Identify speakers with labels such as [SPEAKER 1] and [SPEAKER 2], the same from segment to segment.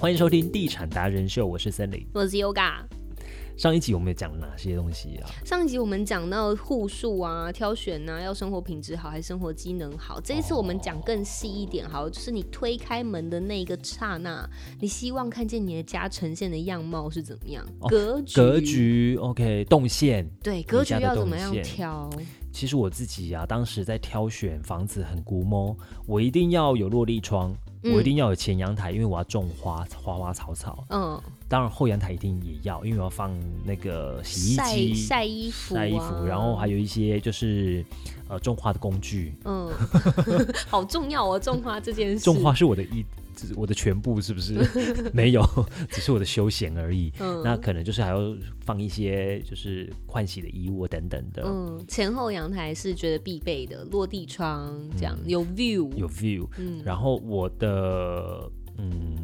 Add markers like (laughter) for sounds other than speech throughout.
[SPEAKER 1] 欢迎收听《地产达人秀》，我是森林。
[SPEAKER 2] 我是 Yoga。
[SPEAKER 1] 上一集我们有讲哪些东西啊？
[SPEAKER 2] 上一集我们讲到户数啊、挑选啊，要生活品质好还是生活机能好。这一次我们讲更细一点，好，就是你推开门的那一个刹那，你希望看见你的家呈现的样貌是怎么样？
[SPEAKER 1] 哦
[SPEAKER 2] 格局，
[SPEAKER 1] 格，局，OK，动线。
[SPEAKER 2] 对，格局
[SPEAKER 1] 家的
[SPEAKER 2] 要怎
[SPEAKER 1] 动
[SPEAKER 2] 么样
[SPEAKER 1] 线
[SPEAKER 2] 挑？
[SPEAKER 1] 其实我自己啊，当时在挑选房子很估摸，我一定要有落地窗，
[SPEAKER 2] 嗯
[SPEAKER 1] 我一定要有前阳台，因为我要种花花花草草。
[SPEAKER 2] 嗯，
[SPEAKER 1] 当然后阳台一定也要，因为我要放那个洗衣
[SPEAKER 2] 晒
[SPEAKER 1] 机、
[SPEAKER 2] 晒衣服、啊，
[SPEAKER 1] 晒衣服，然后还有一些就是呃种花的工具。
[SPEAKER 2] 嗯， (laughs) 好重要哦，种花这件事。
[SPEAKER 1] 种花，是我的一我的全部，是不是？
[SPEAKER 2] (laughs)
[SPEAKER 1] 没有， (laughs) 只是我的休闲而已。
[SPEAKER 2] 嗯，
[SPEAKER 1] 那可能就是还要放一些就是换洗的衣物等等的，
[SPEAKER 2] 嗯，前后阳台是觉得必备的，落地窗这样、有 view，
[SPEAKER 1] 嗯有 view。
[SPEAKER 2] 嗯
[SPEAKER 1] 然后我的嗯，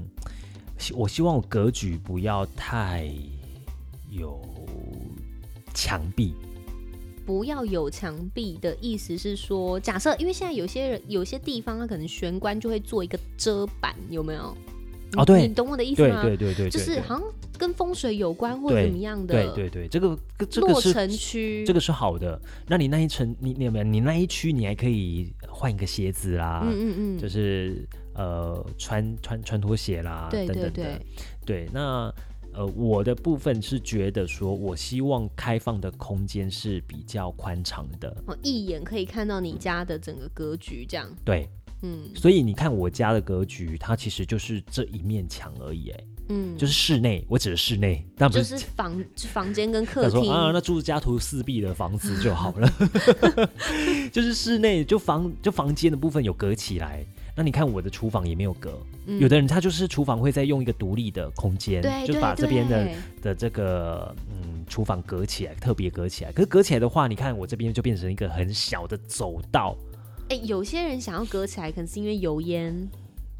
[SPEAKER 1] 希我希望我格局不要太有墙壁，
[SPEAKER 2] 不要有墙壁的意思是说，假设因为现在有些人有些地方，它可能玄关就会做一个遮板，有没有？
[SPEAKER 1] 哦对
[SPEAKER 2] 你懂我的意思
[SPEAKER 1] 对
[SPEAKER 2] 吗？
[SPEAKER 1] 对对对，
[SPEAKER 2] 就
[SPEAKER 1] 对
[SPEAKER 2] 是
[SPEAKER 1] 对
[SPEAKER 2] 好像跟风水有关或者怎么样的。
[SPEAKER 1] 对对对，这个这个
[SPEAKER 2] 落
[SPEAKER 1] 是
[SPEAKER 2] 城区，
[SPEAKER 1] 这个是好的。那你那一层，你你有没有？你那一区你还可以换一个鞋子啊啦，
[SPEAKER 2] 嗯嗯嗯，
[SPEAKER 1] 就是呃穿穿穿拖鞋啦，
[SPEAKER 2] 对对
[SPEAKER 1] 等等的
[SPEAKER 2] 对。，
[SPEAKER 1] 对，那呃我的部分是觉得说，我希望开放的空间是比较宽敞的。
[SPEAKER 2] 哦，一眼可以看到你家的整个格局，这样，
[SPEAKER 1] 对，
[SPEAKER 2] 嗯
[SPEAKER 1] 所以你看我家的格局，它其实就是这一面墙而已，哎，
[SPEAKER 2] 嗯，
[SPEAKER 1] 就是室内，我指的室内，但不。
[SPEAKER 2] 就是是房房间跟客
[SPEAKER 1] 他
[SPEAKER 2] 厅
[SPEAKER 1] 说啊，那住家徒四壁的房子就好了， (laughs) 就是室内就房就房间的部分有隔起来。那你看我的厨房也没有隔，
[SPEAKER 2] 嗯
[SPEAKER 1] 有的人他就是厨房会再用一个独立的空间
[SPEAKER 2] 对，
[SPEAKER 1] 就
[SPEAKER 2] 对
[SPEAKER 1] 把这边的
[SPEAKER 2] 对
[SPEAKER 1] 的这个嗯厨房隔起来，特别隔起来。可是隔起来的话，你看我这边就变成一个很小的走道，
[SPEAKER 2] 哎、有些人想要隔起来，可能是因为油烟，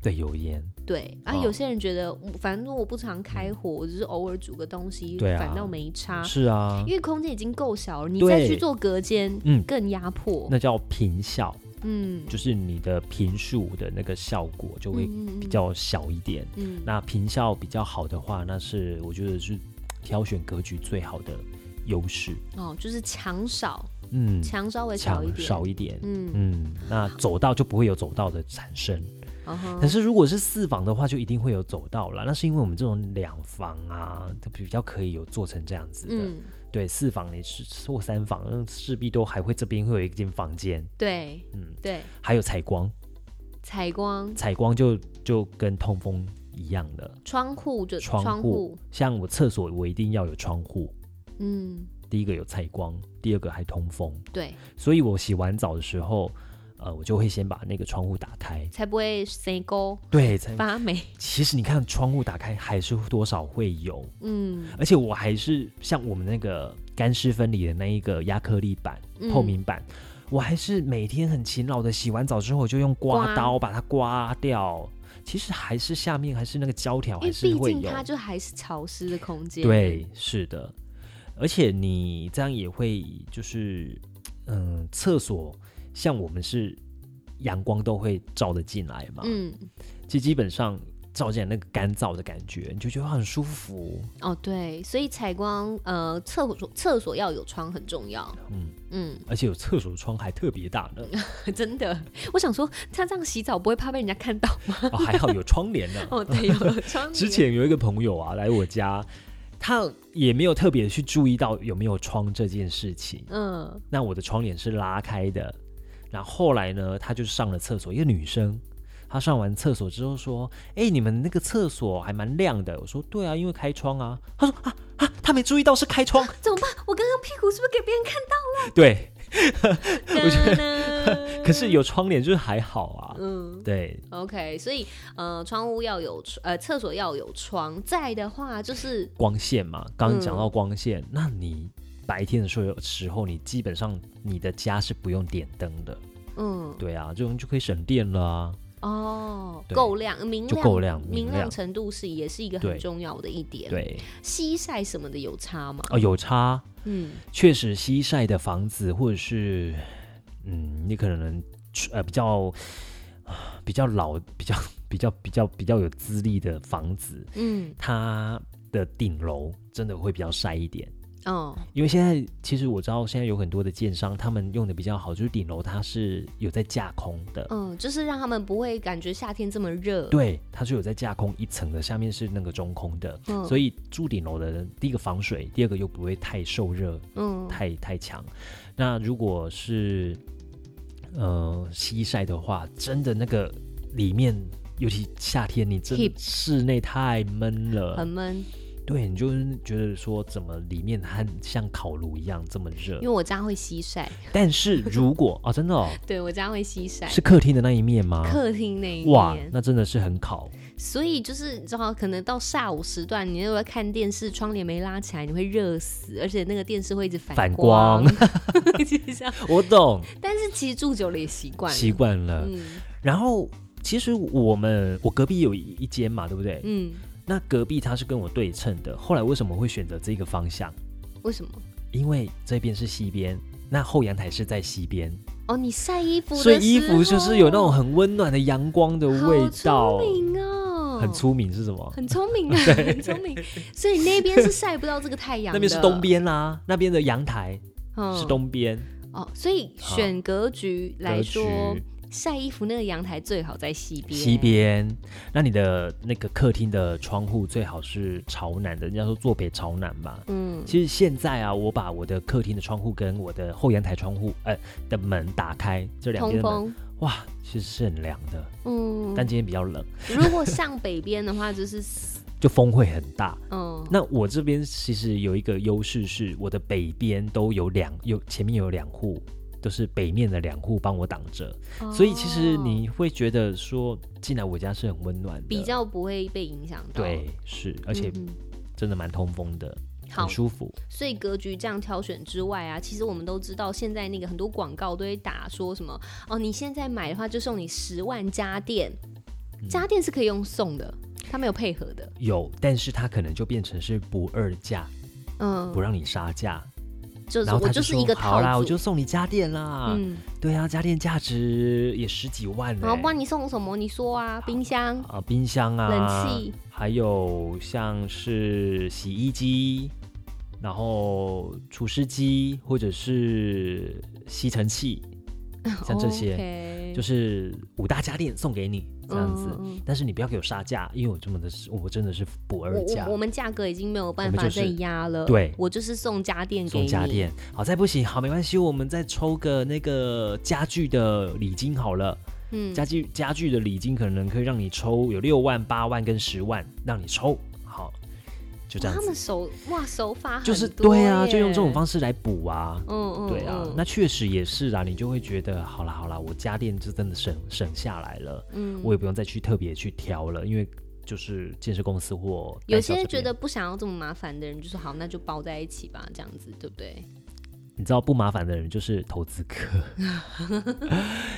[SPEAKER 1] 对，油烟，
[SPEAKER 2] 对啊，
[SPEAKER 1] 哦
[SPEAKER 2] 有些人觉得，嗯反正我不常开火，我只是偶尔煮个东西，
[SPEAKER 1] 对啊
[SPEAKER 2] 反倒没差，
[SPEAKER 1] 是啊，
[SPEAKER 2] 因为空间已经够小了，你
[SPEAKER 1] 对
[SPEAKER 2] 再去做隔间，
[SPEAKER 1] 嗯
[SPEAKER 2] 更压迫，
[SPEAKER 1] 那叫频效，
[SPEAKER 2] 嗯，
[SPEAKER 1] 就是你的频数的那个效果就会
[SPEAKER 2] 嗯嗯嗯
[SPEAKER 1] 比较小一点。
[SPEAKER 2] 嗯，
[SPEAKER 1] 那平效比较好的话，那是我觉得是挑选格局最好的优势。
[SPEAKER 2] 哦，就是墙少，
[SPEAKER 1] 嗯，
[SPEAKER 2] 墙稍微少
[SPEAKER 1] 强
[SPEAKER 2] 一点，
[SPEAKER 1] 少一点。
[SPEAKER 2] 嗯，
[SPEAKER 1] 嗯，那走道就不会有走道的产生。
[SPEAKER 2] 然后
[SPEAKER 1] 可是如果是四房的话，就一定会有走道啦。那是因为我们这种两房啊，它比较可以有做成这样子的。
[SPEAKER 2] 嗯，
[SPEAKER 1] 对，四房你是或三房，那势必都还会这边会有一间房间。
[SPEAKER 2] 对
[SPEAKER 1] 嗯，
[SPEAKER 2] 对，
[SPEAKER 1] 还有采光，
[SPEAKER 2] 采光
[SPEAKER 1] 采光就就跟通风一样的。
[SPEAKER 2] 窗户就
[SPEAKER 1] 窗户
[SPEAKER 2] 户，
[SPEAKER 1] 像我厕所，我一定要有窗户。
[SPEAKER 2] 嗯，
[SPEAKER 1] 第一个有采光，第二个还通风，
[SPEAKER 2] 对，
[SPEAKER 1] 所以我洗完澡的时候，呃，我就会先把那个窗户打开。
[SPEAKER 2] 才不会塞沟
[SPEAKER 1] 对，才
[SPEAKER 2] 发霉，
[SPEAKER 1] 其实你看窗户打开还是多少会有，
[SPEAKER 2] 嗯
[SPEAKER 1] 而且我还是像我们那个干湿分离的那一个亚克力板、
[SPEAKER 2] 嗯
[SPEAKER 1] 透明板，我还是每天很勤劳的洗完澡之后，我就用刮
[SPEAKER 2] 刮
[SPEAKER 1] 刀把它刮掉。其实还是下面还是那个胶条
[SPEAKER 2] 因
[SPEAKER 1] 哦还
[SPEAKER 2] 为
[SPEAKER 1] 是
[SPEAKER 2] 毕
[SPEAKER 1] 会
[SPEAKER 2] 竟
[SPEAKER 1] 有，
[SPEAKER 2] 它就还是潮湿的空间，
[SPEAKER 1] 对，是的，而且你这样也会就是，嗯，厕所像我们是阳光都会照得进来嘛，
[SPEAKER 2] 嗯，
[SPEAKER 1] 其实基本上照进来那个干燥的感觉，你就觉得很舒服。
[SPEAKER 2] 哦，对，所以采光，呃，厕所厕所要有窗很重要。
[SPEAKER 1] 嗯
[SPEAKER 2] 嗯， (laughs)
[SPEAKER 1] 而且有厕所窗还特别大呢，
[SPEAKER 2] 真的，我想说，他这样洗澡不会怕被人家看到吗？
[SPEAKER 1] 哦、还好有窗帘
[SPEAKER 2] (laughs)
[SPEAKER 1] 呢。
[SPEAKER 2] 哦，
[SPEAKER 1] (laughs)
[SPEAKER 2] 对，有窗帘。
[SPEAKER 1] 之前有一个朋友啊来我家，他也没有特别去注意到有没有窗这件事情，
[SPEAKER 2] 嗯，
[SPEAKER 1] 那我的窗帘是拉开的。然后后来呢，她就上了厕所，一个女生。她上完厕所之后说：“哎、你们那个厕所还蛮亮的。”我说：“对啊，因为开窗啊。”她说：“啊啊，她没注意到是开窗。啊
[SPEAKER 2] (laughs) 怎么办？我刚刚屁股是不是给别人看
[SPEAKER 1] 对，
[SPEAKER 2] 到？
[SPEAKER 1] (laughs) 我觉 (laughs)
[SPEAKER 2] 得
[SPEAKER 1] 可是有窗帘就是还好啊。
[SPEAKER 2] 嗯
[SPEAKER 1] 对，
[SPEAKER 2] ，OK，所以呃，窗户要有，呃，厕所要有窗，在的话就是
[SPEAKER 1] 光线嘛，刚刚讲到光线，那你白天的时候，时候你基本上你的家是不用点灯的。
[SPEAKER 2] 嗯，
[SPEAKER 1] 对啊，这种就可以省电了啊。
[SPEAKER 2] 哦，
[SPEAKER 1] 对
[SPEAKER 2] 够亮，明
[SPEAKER 1] 就
[SPEAKER 2] 亮，
[SPEAKER 1] 够亮明
[SPEAKER 2] 明
[SPEAKER 1] 亮
[SPEAKER 2] 亮程度是也是一个
[SPEAKER 1] 对
[SPEAKER 2] 很重要的一点。，
[SPEAKER 1] 对，
[SPEAKER 2] 西晒什么的有差吗？
[SPEAKER 1] 哦，有差。
[SPEAKER 2] 嗯，
[SPEAKER 1] 确实，西晒的房子或者是，嗯，你可能呃比较啊比较老、比较比较比较比较有资历的房子，
[SPEAKER 2] 嗯，
[SPEAKER 1] 它的顶楼真的会比较晒一点。
[SPEAKER 2] 哦，
[SPEAKER 1] 因为现在其实我知道，现在有很多的建商，他们用的比较好，就是顶楼它是有在架空的，
[SPEAKER 2] 嗯，就是让他们不会感觉夏天这么热。
[SPEAKER 1] 对，它是有在架空一层的，下面是那个中空的，
[SPEAKER 2] 嗯，
[SPEAKER 1] 所
[SPEAKER 2] 以，
[SPEAKER 1] 以住顶楼的人，第一个防水，第二个又不会太受热，
[SPEAKER 2] 嗯，
[SPEAKER 1] 太太强。那如果是呃西晒的话，真的那个里面，尤其夏天，你真
[SPEAKER 2] Heat
[SPEAKER 1] 室内太闷
[SPEAKER 2] 很
[SPEAKER 1] 了，
[SPEAKER 2] 闷。
[SPEAKER 1] 对，你就是觉得说怎么里面很像烤炉一样这么热
[SPEAKER 2] 因为。我家会吸晒，
[SPEAKER 1] 但是如
[SPEAKER 2] (laughs)
[SPEAKER 1] 果哦，真的哦，
[SPEAKER 2] 对我家会吸晒。
[SPEAKER 1] 是客厅的那一面吗？
[SPEAKER 2] 客厅那一
[SPEAKER 1] 哇
[SPEAKER 2] 面，，
[SPEAKER 1] 那真的是很烤。
[SPEAKER 2] 所以就是你知道，可能到下午时段，你如果看电视，窗帘没拉起来，你会热死，而且那个电视会一直
[SPEAKER 1] 反
[SPEAKER 2] 反
[SPEAKER 1] 光 (laughs)
[SPEAKER 2] (laughs) 就这样
[SPEAKER 1] 我懂，
[SPEAKER 2] 但是其实住久了也习惯了，
[SPEAKER 1] 习惯了。
[SPEAKER 2] 嗯
[SPEAKER 1] 然后其实我们我隔壁有一一间嘛，对不对？
[SPEAKER 2] 嗯，
[SPEAKER 1] 那隔壁它是跟我对称的。后来为什么会选择这个方向？
[SPEAKER 2] 为什么？
[SPEAKER 1] 因为这边是西边，那后阳台是在西边，
[SPEAKER 2] 哦，你晒衣服的时
[SPEAKER 1] 所
[SPEAKER 2] 候，
[SPEAKER 1] 以衣服就是有那种很温暖的阳光的味道
[SPEAKER 2] 好。聪明哦，
[SPEAKER 1] 很，出名是什么？
[SPEAKER 2] 很聪
[SPEAKER 1] (laughs)
[SPEAKER 2] 明啊，很聪明。所以那边是晒不到这个太阳的，
[SPEAKER 1] 那边是东边啦、那边的阳台
[SPEAKER 2] 嗯，
[SPEAKER 1] 是东边。
[SPEAKER 2] 哦，所以选格局来说
[SPEAKER 1] 格局，
[SPEAKER 2] 晒衣服那个阳台最好在西边，
[SPEAKER 1] 西边，那你的那个客厅的窗户最好是朝南的，人家说坐北朝南嘛。
[SPEAKER 2] 嗯，
[SPEAKER 1] 其实现在啊，我把我的客厅的窗户跟我的后阳台窗户，呃的门打开，这两边
[SPEAKER 2] 通
[SPEAKER 1] 的门，
[SPEAKER 2] 风，
[SPEAKER 1] 哇，其实是很凉的。
[SPEAKER 2] 嗯，
[SPEAKER 1] 但今天比较冷，
[SPEAKER 2] 如果向北边的话，就是
[SPEAKER 1] 就风会很大。
[SPEAKER 2] 嗯，
[SPEAKER 1] 那我这边其实有一个优势是，我的北边都有两有前面有两户，都是北面的两户帮我挡着，所以其实你
[SPEAKER 2] 哦
[SPEAKER 1] 会觉得说进来我家是很温暖的，
[SPEAKER 2] 比较不会被影响到，
[SPEAKER 1] 对，是，而且
[SPEAKER 2] 嗯
[SPEAKER 1] 真的蛮通风的，
[SPEAKER 2] 好
[SPEAKER 1] 很舒服。
[SPEAKER 2] 所以格局这样挑选之外啊，其实我们都知道，现在那个很多广告都会打说什么哦，你现在买的话就送你十万家电，
[SPEAKER 1] 嗯
[SPEAKER 2] 家电是可以用送的，他没有配合的，
[SPEAKER 1] 有，但是它可能就变成是不二价，
[SPEAKER 2] 嗯
[SPEAKER 1] 不，让你杀价，
[SPEAKER 2] 就是
[SPEAKER 1] 然后
[SPEAKER 2] 我
[SPEAKER 1] 他
[SPEAKER 2] 就
[SPEAKER 1] 就是说
[SPEAKER 2] 一个套
[SPEAKER 1] 好啦，
[SPEAKER 2] 组，
[SPEAKER 1] 我就送你家电啦。
[SPEAKER 2] 嗯，
[SPEAKER 1] 对啊，家电价值也十几万欸呢、
[SPEAKER 2] 然后帮你送什么？你说啊，冰箱、
[SPEAKER 1] 啊，冰箱啊，
[SPEAKER 2] 冷气，
[SPEAKER 1] 还有像是洗衣机，然后除湿机或者是吸尘
[SPEAKER 2] (laughs)
[SPEAKER 1] 器，像这些
[SPEAKER 2] 哦 OK
[SPEAKER 1] 就是五大家电送给你这样子。
[SPEAKER 2] 嗯嗯嗯嗯
[SPEAKER 1] 但是你不要给我杀价，因为我真的是我真的是不二
[SPEAKER 2] 我
[SPEAKER 1] 价
[SPEAKER 2] 我我。们价格已经没有办
[SPEAKER 1] 我们
[SPEAKER 2] 法
[SPEAKER 1] 就是
[SPEAKER 2] 再压了，
[SPEAKER 1] 对
[SPEAKER 2] 我就是送家电给
[SPEAKER 1] 送
[SPEAKER 2] 你，
[SPEAKER 1] 家电，好，再不行，好，没关系，我们再抽个那个家具的礼金好了。
[SPEAKER 2] 嗯，
[SPEAKER 1] 家具家具的礼金可能可以让你抽有六万、八万跟十万，让你抽。好，就这样
[SPEAKER 2] 哇他
[SPEAKER 1] 子
[SPEAKER 2] 们，手哇手法
[SPEAKER 1] 就是
[SPEAKER 2] 很多
[SPEAKER 1] 对啊，
[SPEAKER 2] 耶
[SPEAKER 1] 就用这种方式来补啊。
[SPEAKER 2] 嗯嗯，
[SPEAKER 1] 对啊
[SPEAKER 2] 嗯，
[SPEAKER 1] 那确实也是啊，你就会觉得好啦好啦，我家电就真的省省下来了，
[SPEAKER 2] 嗯
[SPEAKER 1] 我也不用再去特别去挑了，因为就是建设公司或
[SPEAKER 2] 有
[SPEAKER 1] 代
[SPEAKER 2] 些
[SPEAKER 1] 销
[SPEAKER 2] 人
[SPEAKER 1] 这
[SPEAKER 2] 觉
[SPEAKER 1] 边
[SPEAKER 2] 得不想要这么麻烦的人，就说好，那就包在一起吧，这样子对不对？
[SPEAKER 1] 你知道不麻烦的人就是投资客， (laughs)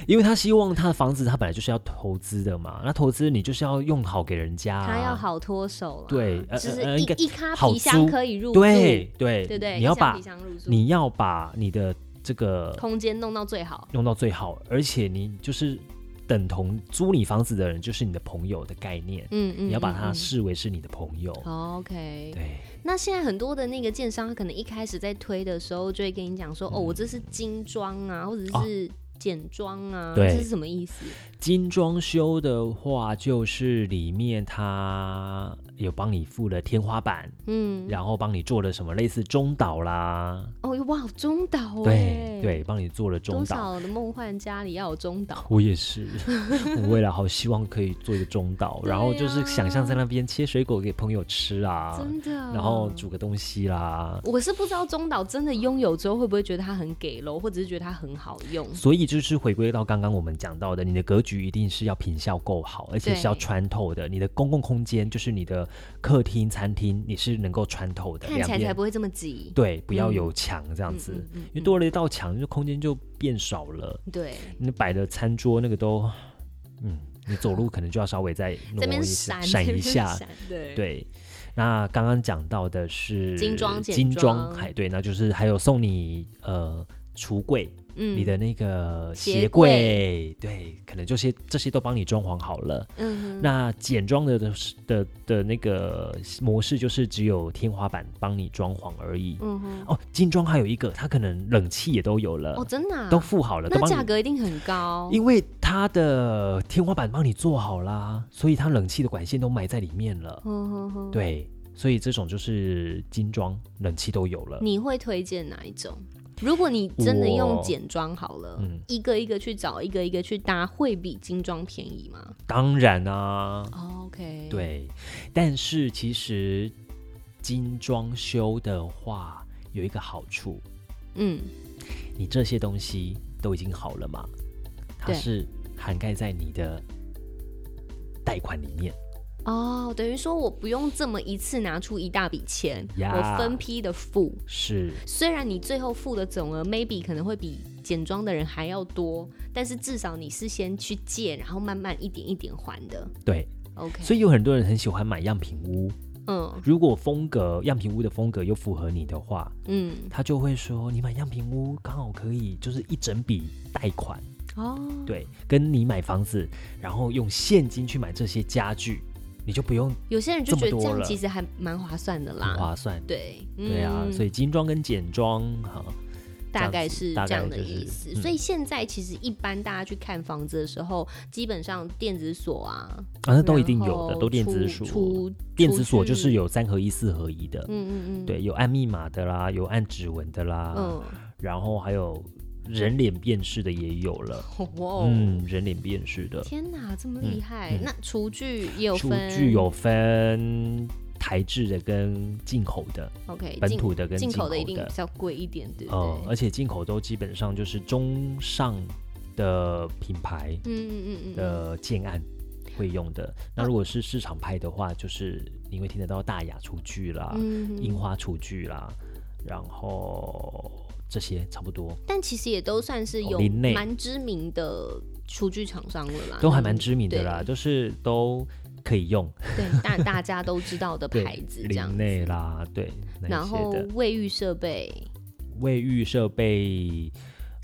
[SPEAKER 1] 因为他希望他的房子他本来就是要投资的嘛，那投资你就是要用好给人家、啊，
[SPEAKER 2] 他要好脱手啦，
[SPEAKER 1] 对呃
[SPEAKER 2] 就是
[SPEAKER 1] 呃呃
[SPEAKER 2] 一
[SPEAKER 1] 应该
[SPEAKER 2] 一咖
[SPEAKER 1] 好
[SPEAKER 2] 皮箱
[SPEAKER 1] 租
[SPEAKER 2] 可以入住，
[SPEAKER 1] 对对
[SPEAKER 2] 对不对？
[SPEAKER 1] 你要
[SPEAKER 2] 一箱
[SPEAKER 1] 把
[SPEAKER 2] 皮箱入住，
[SPEAKER 1] 你要把你的这个
[SPEAKER 2] 空间弄到最好，
[SPEAKER 1] 用到最好，而且你就是等同租你房子的人就是你的朋友的概念，
[SPEAKER 2] 嗯嗯，
[SPEAKER 1] 你要把
[SPEAKER 2] 嗯
[SPEAKER 1] 它
[SPEAKER 2] 嗯
[SPEAKER 1] 视为是你的朋友。
[SPEAKER 2] 好 OK，
[SPEAKER 1] 对，
[SPEAKER 2] 那现在很多的那个建商，他可能一开始在推的时候，就会跟你讲说，哦，我这是精装啊，或者
[SPEAKER 1] 哦
[SPEAKER 2] 是简装啊，
[SPEAKER 1] 对
[SPEAKER 2] 这是什么意思？
[SPEAKER 1] 精装修的话，就是里面它有帮你附了天花板，
[SPEAKER 2] 嗯，
[SPEAKER 1] 然后帮你做了什么类似中岛啦，
[SPEAKER 2] 哦哇，中岛
[SPEAKER 1] 对
[SPEAKER 2] 哎
[SPEAKER 1] 对，帮你做了中
[SPEAKER 2] 多
[SPEAKER 1] 岛。
[SPEAKER 2] 少的梦幻家里要有中岛，
[SPEAKER 1] (laughs) 我也是，我未来好希望可以做一个中岛，然后
[SPEAKER 2] 对
[SPEAKER 1] 就是想象在
[SPEAKER 2] 啊
[SPEAKER 1] 那边切水果给朋友吃啊，
[SPEAKER 2] 真的。
[SPEAKER 1] 然后煮个东西啦。
[SPEAKER 2] 我是不知道中岛真的拥有之后会不会觉得它很给楼，或者是觉得它很好用。
[SPEAKER 1] 所以就是回归到刚刚我们讲到的，你的格局一定是要品效够好，而且是要
[SPEAKER 2] 对
[SPEAKER 1] 穿透的。你的公共空间就是你的客厅、餐厅，你是能够穿透的，
[SPEAKER 2] 看
[SPEAKER 1] 两
[SPEAKER 2] 起来才
[SPEAKER 1] 边
[SPEAKER 2] 不会这么挤。
[SPEAKER 1] 对，不要
[SPEAKER 2] 嗯
[SPEAKER 1] 有墙这样
[SPEAKER 2] 嗯
[SPEAKER 1] 子，
[SPEAKER 2] 嗯嗯嗯
[SPEAKER 1] 因为多了一道墙，就空间就变少了。
[SPEAKER 2] 对，
[SPEAKER 1] 你摆的餐桌那个都，嗯，你走路可能就要稍微再挪
[SPEAKER 2] 这边
[SPEAKER 1] 一下
[SPEAKER 2] (laughs)
[SPEAKER 1] 闪
[SPEAKER 2] 闪这
[SPEAKER 1] 一
[SPEAKER 2] 边
[SPEAKER 1] 下。
[SPEAKER 2] 闪对
[SPEAKER 1] 对，那刚刚讲到的是
[SPEAKER 2] 精装简
[SPEAKER 1] 精装，
[SPEAKER 2] 装
[SPEAKER 1] 哎，对，那就是还有送你呃橱柜、
[SPEAKER 2] 嗯，
[SPEAKER 1] 你的那个
[SPEAKER 2] 鞋
[SPEAKER 1] 鞋柜，对，可能这些这些都帮你装潢好了。
[SPEAKER 2] 嗯哼
[SPEAKER 1] 那简装的的的的那个模式就是只有天花板帮你装潢而已。
[SPEAKER 2] 嗯哼，
[SPEAKER 1] 哦，精装还有一个，它可能冷气也都有了，
[SPEAKER 2] 哦，真的、啊、
[SPEAKER 1] 呃都付好了，都
[SPEAKER 2] 那
[SPEAKER 1] 帮
[SPEAKER 2] 价
[SPEAKER 1] 你。
[SPEAKER 2] 格一定很高，
[SPEAKER 1] 因为它的天花板帮你做好啦，所以它冷气的管线都埋在里面了。
[SPEAKER 2] 嗯哼哼，
[SPEAKER 1] 对，所以这种就是精装，冷气都有了。
[SPEAKER 2] 嗯你会推荐哪一种？如果你真的用
[SPEAKER 1] 我
[SPEAKER 2] 简装好了，
[SPEAKER 1] 嗯
[SPEAKER 2] 一个一个去找，一个一个去搭，会比精装便宜吗、
[SPEAKER 1] 当然啊，
[SPEAKER 2] 哦 o k，
[SPEAKER 1] 对，但是其实精装修的话有一个好处，
[SPEAKER 2] 嗯，
[SPEAKER 1] 你这些东西都已经好了嘛，它
[SPEAKER 2] 对
[SPEAKER 1] 是涵盖在你的贷款里面。
[SPEAKER 2] 哦，等于说我不用这么一次拿出一大笔钱
[SPEAKER 1] 呀
[SPEAKER 2] 我分批的付。
[SPEAKER 1] 是，
[SPEAKER 2] 虽然你最后付的总额 maybe 可能会比简装的人还要多，但是至少你是先去借，然后慢慢一点一点还的。
[SPEAKER 1] 对，
[SPEAKER 2] OK，
[SPEAKER 1] 所以有很多人很喜欢买样品屋。
[SPEAKER 2] 嗯
[SPEAKER 1] 如果风格样品屋的风格又符合你的话，
[SPEAKER 2] 嗯，
[SPEAKER 1] 他就会说你买样品屋刚好可以就是一整笔贷款，
[SPEAKER 2] 哦，
[SPEAKER 1] 对，跟你买房子，然后用现金去买这些家具，你就不用
[SPEAKER 2] 有些人就觉得
[SPEAKER 1] 这么
[SPEAKER 2] 这
[SPEAKER 1] 多
[SPEAKER 2] 样
[SPEAKER 1] 了
[SPEAKER 2] 其实还蛮划算的
[SPEAKER 1] 很
[SPEAKER 2] 啦。
[SPEAKER 1] 划算。
[SPEAKER 2] 对，
[SPEAKER 1] 对啊，
[SPEAKER 2] 嗯
[SPEAKER 1] 所以精装跟简装哈，这
[SPEAKER 2] 大
[SPEAKER 1] 样
[SPEAKER 2] 概
[SPEAKER 1] 子
[SPEAKER 2] 是
[SPEAKER 1] 大
[SPEAKER 2] 这样
[SPEAKER 1] 概
[SPEAKER 2] 的
[SPEAKER 1] 就是
[SPEAKER 2] 意思。
[SPEAKER 1] 嗯
[SPEAKER 2] 所以现在其实一般大家去看房子的时候，基本上电子锁啊，
[SPEAKER 1] 啊，那都一定
[SPEAKER 2] 然
[SPEAKER 1] 有的，
[SPEAKER 2] 后
[SPEAKER 1] 都电
[SPEAKER 2] 出
[SPEAKER 1] 子锁
[SPEAKER 2] 出。
[SPEAKER 1] 电
[SPEAKER 2] 出
[SPEAKER 1] 子锁就是
[SPEAKER 2] 去
[SPEAKER 1] 有三合一、四合一的，
[SPEAKER 2] 嗯嗯嗯，，
[SPEAKER 1] 对，啊有按密码的啦，有按指纹的啦，
[SPEAKER 2] 嗯，
[SPEAKER 1] 然后还有人脸辨识的也有了，
[SPEAKER 2] 哇哦，
[SPEAKER 1] 嗯，人脸辨识的。
[SPEAKER 2] 天哪，这么厉害！那厨具也有
[SPEAKER 1] 厨
[SPEAKER 2] 分，
[SPEAKER 1] 具有分台制的跟进口的，
[SPEAKER 2] OK，
[SPEAKER 1] 本
[SPEAKER 2] 进
[SPEAKER 1] 土的跟
[SPEAKER 2] 进
[SPEAKER 1] 口
[SPEAKER 2] 口一定比较贵一点，对不
[SPEAKER 1] 嗯，
[SPEAKER 2] 对？
[SPEAKER 1] 而且进口都基本上就是中上的品牌
[SPEAKER 2] 嗯嗯嗯嗯嗯，
[SPEAKER 1] 的建案会用的。那如果是市场派的话，就是你会听得到大雅厨具啦、
[SPEAKER 2] 嗯
[SPEAKER 1] 樱花厨具啦，然后这些差不多
[SPEAKER 2] 但其实也都算是有
[SPEAKER 1] 哦林内
[SPEAKER 2] 蛮知名的厨具厂商了啦，
[SPEAKER 1] 都还
[SPEAKER 2] 那
[SPEAKER 1] 蛮
[SPEAKER 2] 你
[SPEAKER 1] 知名的啦，
[SPEAKER 2] 对
[SPEAKER 1] 就是都可以用。
[SPEAKER 2] 对，大大家都知道的
[SPEAKER 1] (laughs) 对
[SPEAKER 2] 牌子这样
[SPEAKER 1] 林。内啦，对，那一
[SPEAKER 2] 然
[SPEAKER 1] 些
[SPEAKER 2] 后
[SPEAKER 1] 的
[SPEAKER 2] 卫浴设备、
[SPEAKER 1] 卫浴设备、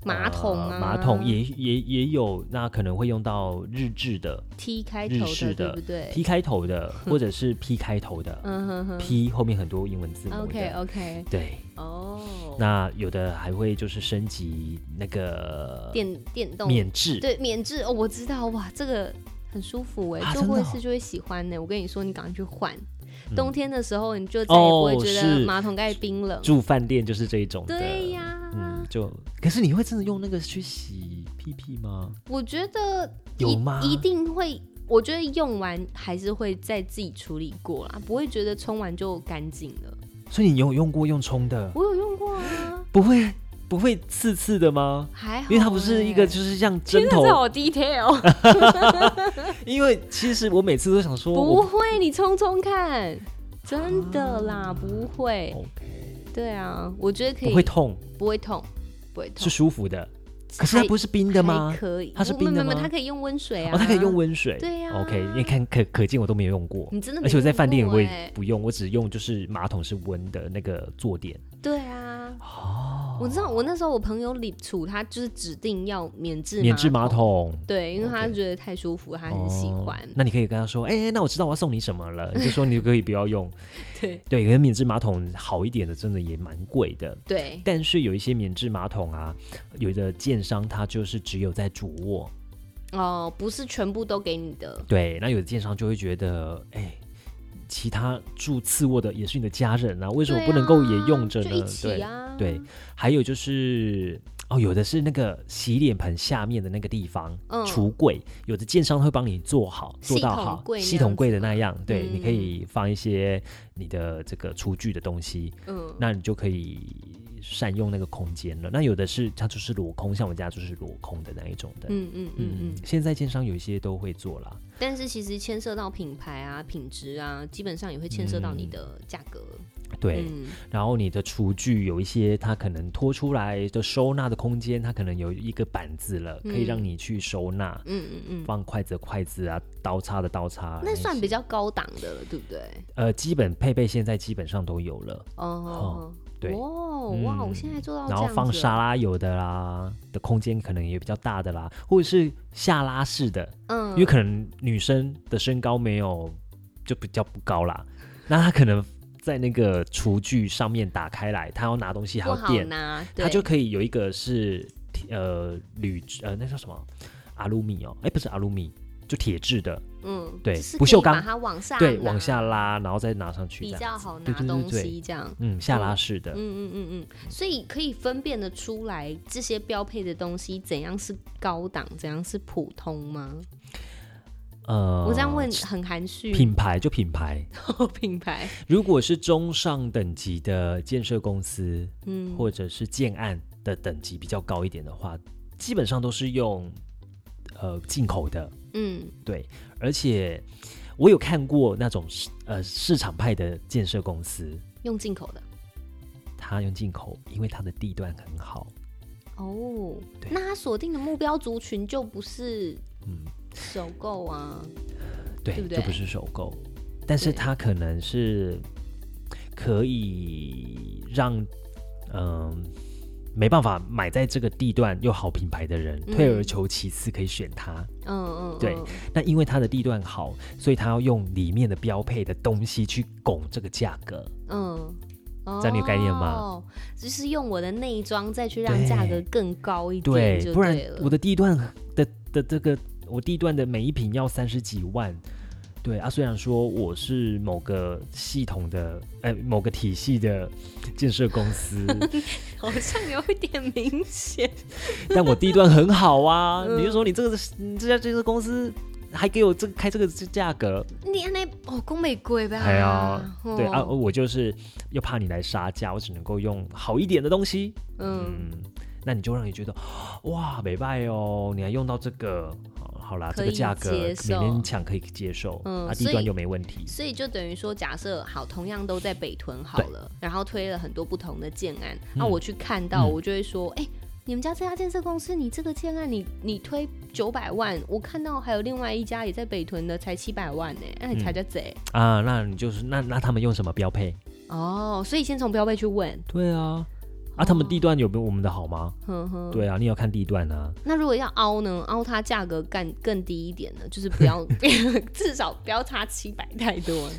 [SPEAKER 2] 马桶啊，
[SPEAKER 1] 呃马桶也也也有，那可能会用到日制的、
[SPEAKER 2] T 开
[SPEAKER 1] 日
[SPEAKER 2] 头
[SPEAKER 1] 式
[SPEAKER 2] 对
[SPEAKER 1] 的、
[SPEAKER 2] 不对？
[SPEAKER 1] T 开头的，或者是 P 开头的、
[SPEAKER 2] 嗯哼哼
[SPEAKER 1] p 后面很多英文字母的。
[SPEAKER 2] ，OK OK，
[SPEAKER 1] 对，
[SPEAKER 2] 哦，
[SPEAKER 1] 那有的还会就是升级那个
[SPEAKER 2] 电电动
[SPEAKER 1] 免治，
[SPEAKER 2] 对，免治哦，我知道哇，这个很舒服哎、
[SPEAKER 1] 啊真
[SPEAKER 2] 做
[SPEAKER 1] 的
[SPEAKER 2] 过一
[SPEAKER 1] 哦
[SPEAKER 2] 次就会喜欢欸呢、我跟你说，你赶快去换，
[SPEAKER 1] 嗯
[SPEAKER 2] (laughs) 冬天的时候你就再也不会
[SPEAKER 1] 哦
[SPEAKER 2] 觉得
[SPEAKER 1] 是
[SPEAKER 2] 马桶盖冰冷。
[SPEAKER 1] 住饭店就是这一种的。
[SPEAKER 2] 对呀、
[SPEAKER 1] 嗯，就可是你会真的用那个去洗屁屁吗？
[SPEAKER 2] 我觉得
[SPEAKER 1] 有吗
[SPEAKER 2] 一一定会，我觉得用完还是会再自己处理过啦，不会觉得冲完就干净了。
[SPEAKER 1] 所以你有用过用冲的，
[SPEAKER 2] 我有用过啊，
[SPEAKER 1] 不会不会刺刺的吗？
[SPEAKER 2] 还好欸、
[SPEAKER 1] 因为它不是一
[SPEAKER 2] (laughs)
[SPEAKER 1] 个就是像针
[SPEAKER 2] 这
[SPEAKER 1] 头，
[SPEAKER 2] 好 detail，
[SPEAKER 1] (laughs) 因为其实我每次都想说
[SPEAKER 2] 不
[SPEAKER 1] 我
[SPEAKER 2] 会，你冲冲看，真的啦，不会。
[SPEAKER 1] ，OK，
[SPEAKER 2] 对啊，我觉得可以，
[SPEAKER 1] 哦不啊会痛，
[SPEAKER 2] 不会痛，不会痛
[SPEAKER 1] 是。舒服的。可是它不是冰的吗
[SPEAKER 2] 还？可以，
[SPEAKER 1] 它是
[SPEAKER 2] 不
[SPEAKER 1] 冰的
[SPEAKER 2] 没有没有
[SPEAKER 1] 吗
[SPEAKER 2] 它可以用温水啊，
[SPEAKER 1] 哦，它可以用。温水。
[SPEAKER 2] 对呀
[SPEAKER 1] OK，你看可可见我都没有用过，
[SPEAKER 2] 你真的没用过欸、
[SPEAKER 1] 而且我在饭店我也不用，我只用就是马桶是温的那个坐垫。
[SPEAKER 2] 对啊。
[SPEAKER 1] 哦
[SPEAKER 2] 我知道，我那时候我朋友李楚，他就是指定要免治
[SPEAKER 1] 免治马
[SPEAKER 2] 桶，
[SPEAKER 1] 桶，
[SPEAKER 2] 对，因为他
[SPEAKER 1] OK
[SPEAKER 2] 觉得太舒服，他很哦喜欢。
[SPEAKER 1] 哦那你可以跟他说，哎、那我知道我要送你什么
[SPEAKER 2] (laughs)
[SPEAKER 1] 了，你就说你可以不要用。
[SPEAKER 2] 对
[SPEAKER 1] 对，可能免治马桶好一点的，真的也蛮贵的。
[SPEAKER 2] 对，
[SPEAKER 1] 但是有一些免治马桶啊，有的建商它就是只有在主卧，
[SPEAKER 2] 哦，不是全部都给你的，
[SPEAKER 1] 对，那有的建商就会觉得，哎、其他住次卧的也是你的家人啊，为什么
[SPEAKER 2] 对
[SPEAKER 1] 不能够
[SPEAKER 2] 啊
[SPEAKER 1] 也用着
[SPEAKER 2] 就
[SPEAKER 1] 呢？
[SPEAKER 2] 一起啊，
[SPEAKER 1] 对对，还有就是，哦，有的是那个洗脸盆下面的那个地方，
[SPEAKER 2] 嗯
[SPEAKER 1] 橱柜，有的建商会帮你做好，做到
[SPEAKER 2] 系
[SPEAKER 1] 好
[SPEAKER 2] 统柜那样
[SPEAKER 1] 系统柜的那样，对，
[SPEAKER 2] 嗯
[SPEAKER 1] 你可以放一些你的这个厨具的东西，
[SPEAKER 2] 嗯，
[SPEAKER 1] 那你就可以善用那个空间了。那有的是它就是裸空，像我家就是裸空的那一种的。
[SPEAKER 2] 嗯嗯嗯嗯，
[SPEAKER 1] 现在建商有一些都会做啦，
[SPEAKER 2] 但是其实牵涉到品牌啊、品质啊，基本上也会牵涉到你的价格。
[SPEAKER 1] 嗯对。
[SPEAKER 2] 嗯，
[SPEAKER 1] 然后你的厨具有一些，它可能拖出来的收纳的空间，它可能有一个板子了，可以让你去收纳。
[SPEAKER 2] 嗯嗯嗯，
[SPEAKER 1] 放筷子的筷子啊，刀叉的刀叉啊、
[SPEAKER 2] 那算
[SPEAKER 1] 些
[SPEAKER 2] 比较高档的了，对不对？
[SPEAKER 1] 呃，基本配备现在基本上都有了。
[SPEAKER 2] 哦，
[SPEAKER 1] 对，
[SPEAKER 2] 哦，哇，我
[SPEAKER 1] 嗯
[SPEAKER 2] 现在做到这
[SPEAKER 1] 然
[SPEAKER 2] 样子
[SPEAKER 1] 后
[SPEAKER 2] 啊了，
[SPEAKER 1] 放沙拉油的啦，的空间可能也比较大的啦，或者是下拉式的，
[SPEAKER 2] 嗯，
[SPEAKER 1] 因为可能女生的身高没有就比较不高啦，那她可能在那个厨具上面打开来，她要拿东西还
[SPEAKER 2] 不
[SPEAKER 1] 要
[SPEAKER 2] 好
[SPEAKER 1] 垫，
[SPEAKER 2] 拿，
[SPEAKER 1] 它
[SPEAKER 2] 对
[SPEAKER 1] 就可以有一个是呃铝制呃那叫什么阿鲁米哦，哎不是阿鲁米，就铁质的，
[SPEAKER 2] 嗯
[SPEAKER 1] 对
[SPEAKER 2] 就是
[SPEAKER 1] 不
[SPEAKER 2] 可以
[SPEAKER 1] 锈钢
[SPEAKER 2] 把它往下
[SPEAKER 1] 对，
[SPEAKER 2] 拿
[SPEAKER 1] 往下拉，然后再拿上去
[SPEAKER 2] 比
[SPEAKER 1] 这样，
[SPEAKER 2] 较好
[SPEAKER 1] 对
[SPEAKER 2] 拿
[SPEAKER 1] 对对
[SPEAKER 2] 东
[SPEAKER 1] 对
[SPEAKER 2] 西这样。
[SPEAKER 1] 嗯，下拉式的，
[SPEAKER 2] 嗯嗯嗯嗯，所以可以分辨得出来这些标配的东西怎样是高档，怎样是普通吗？
[SPEAKER 1] 呃，
[SPEAKER 2] 嗯我这样问很含蓄。
[SPEAKER 1] 品牌就品牌，(laughs)
[SPEAKER 2] 品牌，
[SPEAKER 1] 如果是中上等级的建设公司，
[SPEAKER 2] 嗯，
[SPEAKER 1] 或者是建案的等级比较高一点的话，基本上都是用呃进口的，
[SPEAKER 2] 嗯
[SPEAKER 1] 对，而且我有看过那种市呃市场派的建设公司，
[SPEAKER 2] 用进口的
[SPEAKER 1] 它用进口，因为它的地段很好，
[SPEAKER 2] 哦。
[SPEAKER 1] 对
[SPEAKER 2] 那它锁定的目标族群就不是
[SPEAKER 1] 嗯，
[SPEAKER 2] 首购啊，
[SPEAKER 1] 对，
[SPEAKER 2] 对不对
[SPEAKER 1] 就不是首购，但是
[SPEAKER 2] 对
[SPEAKER 1] 它可能是可以让嗯、没办法买在这个地段又好品牌的人，
[SPEAKER 2] 嗯
[SPEAKER 1] 退而求其次可以选它。
[SPEAKER 2] 嗯嗯，
[SPEAKER 1] 对
[SPEAKER 2] 嗯
[SPEAKER 1] 那因为它的地段好，所以它要用里面的标配的东西去拱这个价格。
[SPEAKER 2] 嗯，
[SPEAKER 1] 这样你有概念吗
[SPEAKER 2] 哦？就是用我的内装再去让价格更高一点
[SPEAKER 1] 对
[SPEAKER 2] 就，
[SPEAKER 1] 不然
[SPEAKER 2] 对了
[SPEAKER 1] 我的地段的的这个我地段的每一瓶要三十几万。对啊，虽然说我是某个系统的，呃，某个体系的建设公司，
[SPEAKER 2] (laughs) 好像有一点明
[SPEAKER 1] (laughs)
[SPEAKER 2] 显。
[SPEAKER 1] 但我地段很好啊。
[SPEAKER 2] (laughs) 嗯
[SPEAKER 1] 你就说你这个你这家这个公司还给我这个开这个价格，
[SPEAKER 2] 你安尼哦，讲袂过吧？
[SPEAKER 1] 哎呀，对啊，
[SPEAKER 2] 哦，
[SPEAKER 1] 我就是又怕你来杀价，我只能够用好一点的东西，
[SPEAKER 2] 嗯，
[SPEAKER 1] 嗯，那你就让你觉得哇，美拜哦，你还用到这个，好好啦，
[SPEAKER 2] 可
[SPEAKER 1] 这
[SPEAKER 2] 以
[SPEAKER 1] 个价格
[SPEAKER 2] 接受
[SPEAKER 1] 勉强可以接受，
[SPEAKER 2] 嗯
[SPEAKER 1] 啊，
[SPEAKER 2] 所以
[SPEAKER 1] 地段又没问题，
[SPEAKER 2] 所以就等于说，假设好，同样都在北屯好了，然后推了很多不同的建案，那、
[SPEAKER 1] 嗯
[SPEAKER 2] 我去看到，
[SPEAKER 1] 嗯
[SPEAKER 2] 我就会说，哎、你们家这家建设公司，你这个建案你你推九百万，我看到还有另外一家也在北屯的，才七百万呢、那你才叫贼、
[SPEAKER 1] 啊，那你就是那那他们用什么标配？
[SPEAKER 2] 哦。所以先从标配去问，
[SPEAKER 1] 对啊，啊，他们
[SPEAKER 2] 哦
[SPEAKER 1] 地段有没有我们的好吗？
[SPEAKER 2] 哼哼。
[SPEAKER 1] 对啊，你要看地段啊，
[SPEAKER 2] 那如果要凹呢？凹它价格更更低一点呢，就是
[SPEAKER 1] (laughs)
[SPEAKER 2] 不要， (laughs) 至少不要差七百太多呢。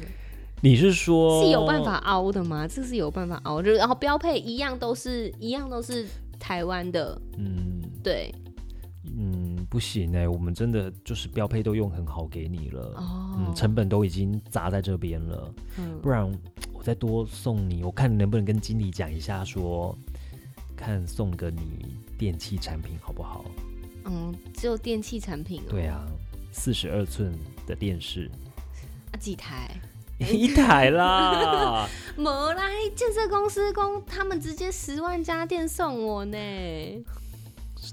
[SPEAKER 1] 你是说
[SPEAKER 2] 是有办法凹的吗？这是有办法凹，就是然后标配一样都是一样都是台湾的，
[SPEAKER 1] 嗯
[SPEAKER 2] 对
[SPEAKER 1] 嗯，不行哎、我们真的就是标配都用很好给你了，
[SPEAKER 2] 哦
[SPEAKER 1] 嗯，，成本都已经砸在这边了，
[SPEAKER 2] 嗯
[SPEAKER 1] 不然我再多送你，我看能不能跟经理讲一下说看送个你电器产品好不好？
[SPEAKER 2] 嗯，只有电器产品哦，
[SPEAKER 1] 对啊，四十二寸的电
[SPEAKER 2] (laughs)
[SPEAKER 1] 视
[SPEAKER 2] 啊几台？
[SPEAKER 1] 一台啦，
[SPEAKER 2] 没啦，建设公司公他们直接十万家电送我呢，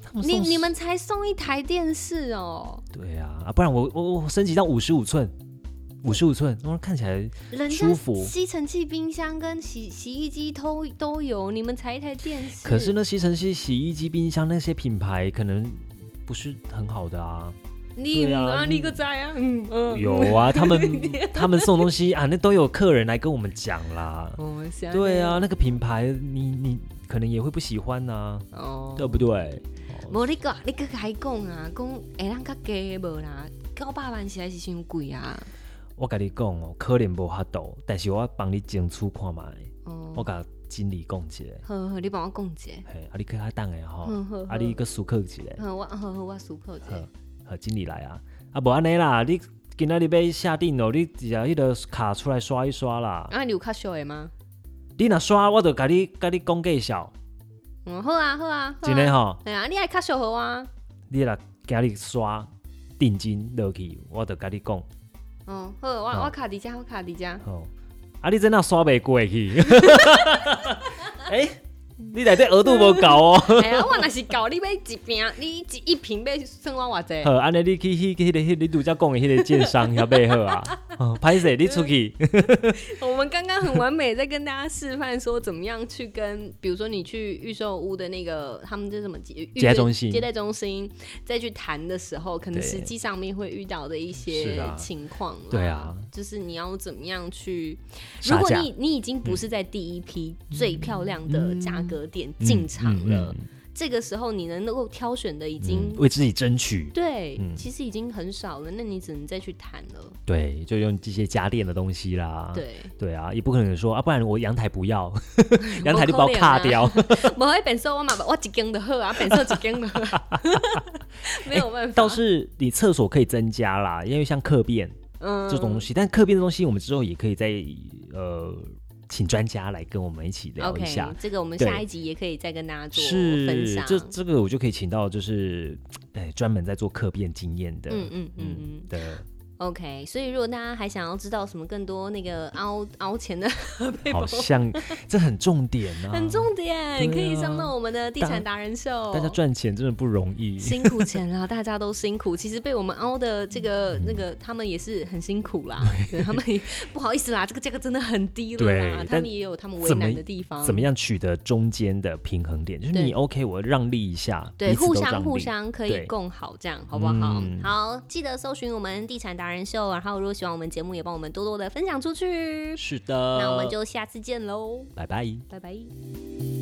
[SPEAKER 1] 他们
[SPEAKER 2] 你
[SPEAKER 1] 送
[SPEAKER 2] 你们才送一台电视哦，
[SPEAKER 1] 对啊，啊不然我我我升级到五十五寸，五十五寸，我看起来
[SPEAKER 2] 人家
[SPEAKER 1] 舒服
[SPEAKER 2] 吸尘器、冰箱跟洗洗衣机都都有，你们才一台电视，
[SPEAKER 1] 可是那吸尘器、洗衣机、冰箱那些品牌可能不是很好的啊。
[SPEAKER 2] 你
[SPEAKER 1] 对啊
[SPEAKER 2] 啊
[SPEAKER 1] 你
[SPEAKER 2] 你个在啊，嗯嗯，
[SPEAKER 1] 有啊，他
[SPEAKER 2] (laughs)
[SPEAKER 1] 们他们送东西啊，那都有客人来跟我们讲啦。
[SPEAKER 2] 哦，是这
[SPEAKER 1] 对
[SPEAKER 2] 样，
[SPEAKER 1] 啊，那个品牌你你可能也会不喜欢啊呐、
[SPEAKER 2] 哦，
[SPEAKER 1] 对不对？
[SPEAKER 2] 无你个，你个还讲啊，讲会当较低无啦，九百万实在是伤贵啊。
[SPEAKER 1] 我跟你讲哦，可能无法度，但是我帮你争取看卖，
[SPEAKER 2] 哦，
[SPEAKER 1] 我甲经理讲一下，
[SPEAKER 2] 好好，你帮我讲一下。
[SPEAKER 1] 嘿，啊你去遐等下吼
[SPEAKER 2] 好好，
[SPEAKER 1] 啊你去思考一下，
[SPEAKER 2] 好，我好好我思考一下。
[SPEAKER 1] 好，好经理来啊，啊无安尼啦，你今仔日要下定哦，你只要迄个卡出来刷一刷啦，
[SPEAKER 2] 啊，你有较俗的吗？
[SPEAKER 1] 你若刷我就甲你甲你讲介绍，
[SPEAKER 2] 嗯，好啊，好啊，好
[SPEAKER 1] 真哦诶
[SPEAKER 2] 啊。
[SPEAKER 1] 吼，
[SPEAKER 2] 哎呀，你爱较俗好啊。
[SPEAKER 1] 你若今日刷定金落去，我就甲你讲，
[SPEAKER 2] 嗯，好，我
[SPEAKER 1] 好
[SPEAKER 2] 我卡伫遮，我卡伫遮。
[SPEAKER 1] 吼，啊你真若刷袂过去，
[SPEAKER 2] (laughs)
[SPEAKER 1] 诶、你内底额度无够哦。
[SPEAKER 2] (laughs) 哎呀，我若是搞你买一瓶，你一一瓶要算我偌济？
[SPEAKER 1] 好，安尼你去迄、迄个、迄、个你拄则讲的迄个建商遐买好啊。哦，拍谁？你出去？
[SPEAKER 2] 我们刚刚很完美在跟大家示范说怎么样去跟，比如说你去预售屋的那个他们叫什么接
[SPEAKER 1] 接待中心
[SPEAKER 2] 接待中心再去谈的时候，可能
[SPEAKER 1] 对
[SPEAKER 2] 实际上面会遇到的一
[SPEAKER 1] 是
[SPEAKER 2] 些
[SPEAKER 1] 啊
[SPEAKER 2] 情况啦。
[SPEAKER 1] 对啊
[SPEAKER 2] 就是你要怎么样去，如
[SPEAKER 1] 杀
[SPEAKER 2] 果
[SPEAKER 1] 价
[SPEAKER 2] 你你已经不是在第一批最漂亮的价格点进场
[SPEAKER 1] 嗯嗯
[SPEAKER 2] 了，
[SPEAKER 1] 嗯
[SPEAKER 2] 这个时候你能够挑选的已经、
[SPEAKER 1] 为自己争取。
[SPEAKER 2] 对，
[SPEAKER 1] 嗯
[SPEAKER 2] 其实已经很少了，那你只能再去谈了。
[SPEAKER 1] 对，就用这些家电的东西啦。
[SPEAKER 2] 对，
[SPEAKER 1] 对啊，也不可能说啊，不然我阳台不
[SPEAKER 2] (laughs)
[SPEAKER 1] 要，阳台就把我
[SPEAKER 2] 不可能
[SPEAKER 1] 卡
[SPEAKER 2] 啊
[SPEAKER 1] 掉。
[SPEAKER 2] 无迄变数，我嘛我一间就好啊，变数一间就好，没有办法。
[SPEAKER 1] (laughs) 倒是你厕所可以增加啦，因为像客变
[SPEAKER 2] 嗯
[SPEAKER 1] 这种东西，但客变的东西我们之后也可以再呃，请专家来跟我们一起聊一
[SPEAKER 2] OK，
[SPEAKER 1] 下。
[SPEAKER 2] 这个我们
[SPEAKER 1] 对
[SPEAKER 2] 下一集也可以再跟大家做分
[SPEAKER 1] 是
[SPEAKER 2] 享，。
[SPEAKER 1] 这这个我就可以请到就是，哎，专门在做客变经验的，
[SPEAKER 2] 嗯嗯嗯嗯
[SPEAKER 1] 嗯
[SPEAKER 2] (laughs)
[SPEAKER 1] 的
[SPEAKER 2] ，OK。所以如果大家还想要知道什么更多那个凹凹钱的被
[SPEAKER 1] 好
[SPEAKER 2] 迫
[SPEAKER 1] 像这很重点啊，
[SPEAKER 2] 哦 (laughs) 很重点，
[SPEAKER 1] 对啊
[SPEAKER 2] 可以上到我们的地产达人秀。
[SPEAKER 1] 大家赚钱真的不容易，
[SPEAKER 2] 辛苦钱啦，大家都辛苦。其实被我们凹的这个那个，他们也是很辛苦啦。对他们也不好意思啦，这个价格真的很低了
[SPEAKER 1] 对
[SPEAKER 2] 啦。他
[SPEAKER 1] 但
[SPEAKER 2] 们也有他们为
[SPEAKER 1] 怎么
[SPEAKER 2] 难的地方。
[SPEAKER 1] 怎么样取得中间的平衡点？就是
[SPEAKER 2] 啊对
[SPEAKER 1] 你 OK，我让利一下，
[SPEAKER 2] 对，
[SPEAKER 1] 彼此
[SPEAKER 2] 互
[SPEAKER 1] 都
[SPEAKER 2] 相
[SPEAKER 1] 让
[SPEAKER 2] 互
[SPEAKER 1] 利
[SPEAKER 2] 相可
[SPEAKER 1] 对
[SPEAKER 2] 以共好，这样好不好？
[SPEAKER 1] 嗯
[SPEAKER 2] 好，记得搜寻我们地产达人秀，然后如果喜欢我们节目，也帮我们多多的分享出去。
[SPEAKER 1] 是的，
[SPEAKER 2] 那我们就下次见喽，
[SPEAKER 1] 拜拜。
[SPEAKER 2] 拜拜。